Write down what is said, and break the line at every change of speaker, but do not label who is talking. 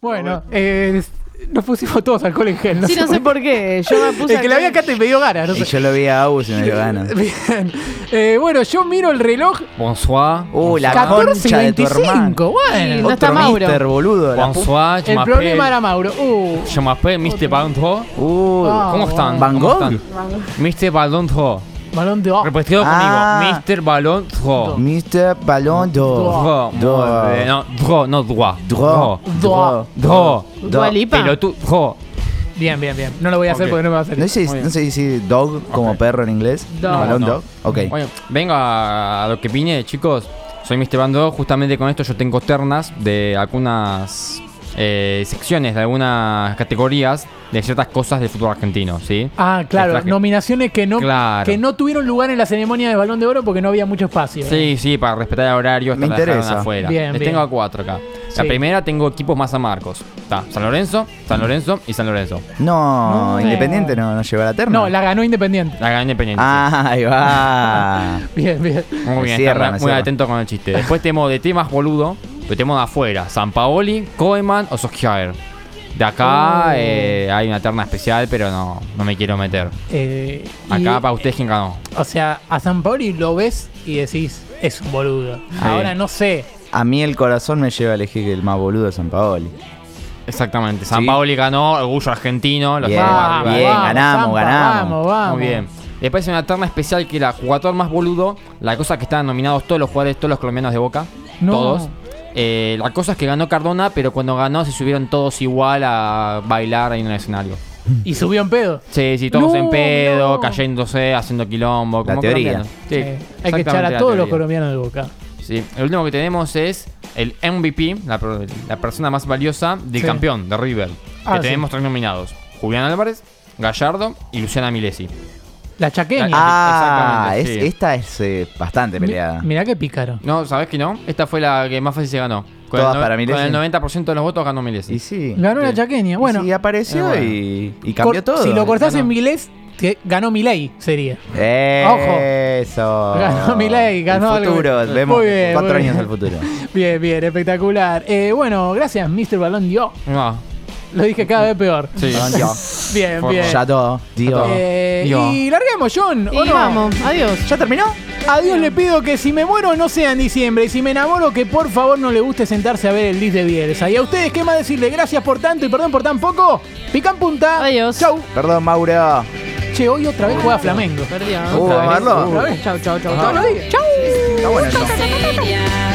Bueno, eh, es- nos pusimos todos alcohol en gel. No
Sí,
sé
no sé por qué. Yo me
por-
puse.
El que la vi acá te dio ganas. no
Y
sé.
yo lo vi a Agus y me dio ganas.
Bien. Eh, bueno, yo miro el reloj.
Bonsoir.
Uh, la
14 y
concha de tu
25.
hermano.
Bueno.
No está
Otro
Mauro.
mister, boludo. la pu-
Bonsoir. Je
El
m'appelle.
problema era Mauro. Uh,
Je m'appelle Mr. Balonto.
Uh,
Ah.
¿Cómo están?
¿Van
¿Cómo
Gogh?
están? Mr. Balonto.
balón de ojo.
Repetido
Ah.
conmigo. Mr. Balonto.
Mr. Ballon d'Or.
Dro.
Dro.
No, dro, no dro.
Dro.
Dro.
Dro.
Dua Lipa.
Pelotu- dro.
Bien, bien, bien. No lo voy a hacer
Ok.
porque no me va a hacer.
¿No se,
Muy bien.
no se dice dog como
Ok.
perro en inglés?
Dog.
Balón
No.
dog. Ok.
Bueno, vengo a, a lo que vine, chicos. Soy Mr. Bando. Justamente con esto yo tengo ternas de algunas eh, secciones, de algunas categorías de ciertas cosas del fútbol argentino, ¿sí?
Ah, claro.
Extraje.
Nominaciones que no,
Claro.
que no tuvieron lugar en la ceremonia de balón de oro porque no había mucho espacio.
Sí, sí, para respetar el horario.
Me
hasta la dejaron
interesa.
Afuera.
Bien,
Les
bien.
tengo a cuatro acá. La
Sí.
primera tengo equipos más a Marcos. Está San Lorenzo, San Lorenzo y San Lorenzo.
No,
No.
Independiente no, no llegó a la terna.
No, la ganó Independiente.
La gran independiente.
Ah, ahí va.
Bien, bien.
Muy
Me
bien,
cierran,
está
me
muy
cierran.
atento con el chiste. Después tenemos de temas boludo, pero tenemos de afuera, San Paoli, Koeman o Solskjaer. De acá
Oh.
eh, hay una terna especial, pero no, no me quiero meter.
Eh, y-
Acá para ustedes quién ganó.
O sea, a San Paoli lo ves y decís, es un boludo. Ahora no sé.
A mí el corazón me lleva a elegir el más boludo de San Paoli.
Exactamente, San
Sí.
Paoli ganó, orgullo argentino, lo
Bien,
llevó arriba.
bien, ganamos, ganamos.
Vamos, vamos.
Muy bien. Después hay una terna especial que era jugador más boludo, la cosa que estaban nominados todos los jugadores, todos los colombianos de Boca,
No.
todos. Eh, la cosa es que ganó Cardona, pero cuando ganó se subieron todos igual a bailar ahí en el escenario.
Y subió en pedo.
Sí, sí, todos
No,
en pedo,
no.
cayéndose, haciendo quilombo.
La
como
teoría.
colombianos. Sí,
Eh, hay que
exactamente
echar a
la
todos los
teoría.
colombianos de boca.
Sí, el último que tenemos es el MVP, la, pro- la persona más valiosa del
Sí.
campeón de River.
Ah,
que
sí.
tenemos tres nominados: Julián Álvarez, Gallardo y Luciana Milesi.
La chaqueña.
Ah, es,
exactamente, sí.
esta es eh, bastante
Mi-
peleada.
mirá qué pícaro.
No, ¿sabés que no? Esta fue la que más fácil se ganó. Con
Todas
el, no-
para Milesi.
Con el 90% de los votos ganó Milesi.
y sí.
Ganó la
Sí.
chaqueña. Bueno,
y sí, apareció
Eh, bueno.
y, y cambió
cor-
todo.
si lo cortás
Ganó.
en Milés, que ganó Milei sería. Ojo.
Eso.
Ganó Milei, ganó
el
algo.
futuro.
Muy
Vemos
bien,
cuatro
muy
años
bien.
al futuro.
Bien, bien, espectacular. Eh, bueno, gracias, Mr. Balón Dio.
No,
Lo dije cada vez peor.
sí.
Bien,
Por
bien.
Ya todo, tío.
Eh,
Dio.
y larguemos, John. ¿o
Y
no?
vamos, adiós.
¿Ya terminó?
A Dios le pido que si me muero no sea en diciembre y si me enamoro que por favor no le guste sentarse a ver el list de Bielsa. Y a ustedes, ¿qué más decirle? Gracias por tanto y perdón por tan poco. Pican punta.
Adiós.
Chau.
Perdón, Mauro.
Che, hoy otra vez juega Flamengo.
Perdió.
Uh,
Otra vez.
Marlo.
Otra vez.
Chau, chau, chau.
Todos los días. Chau.
Está bueno eso.
seria.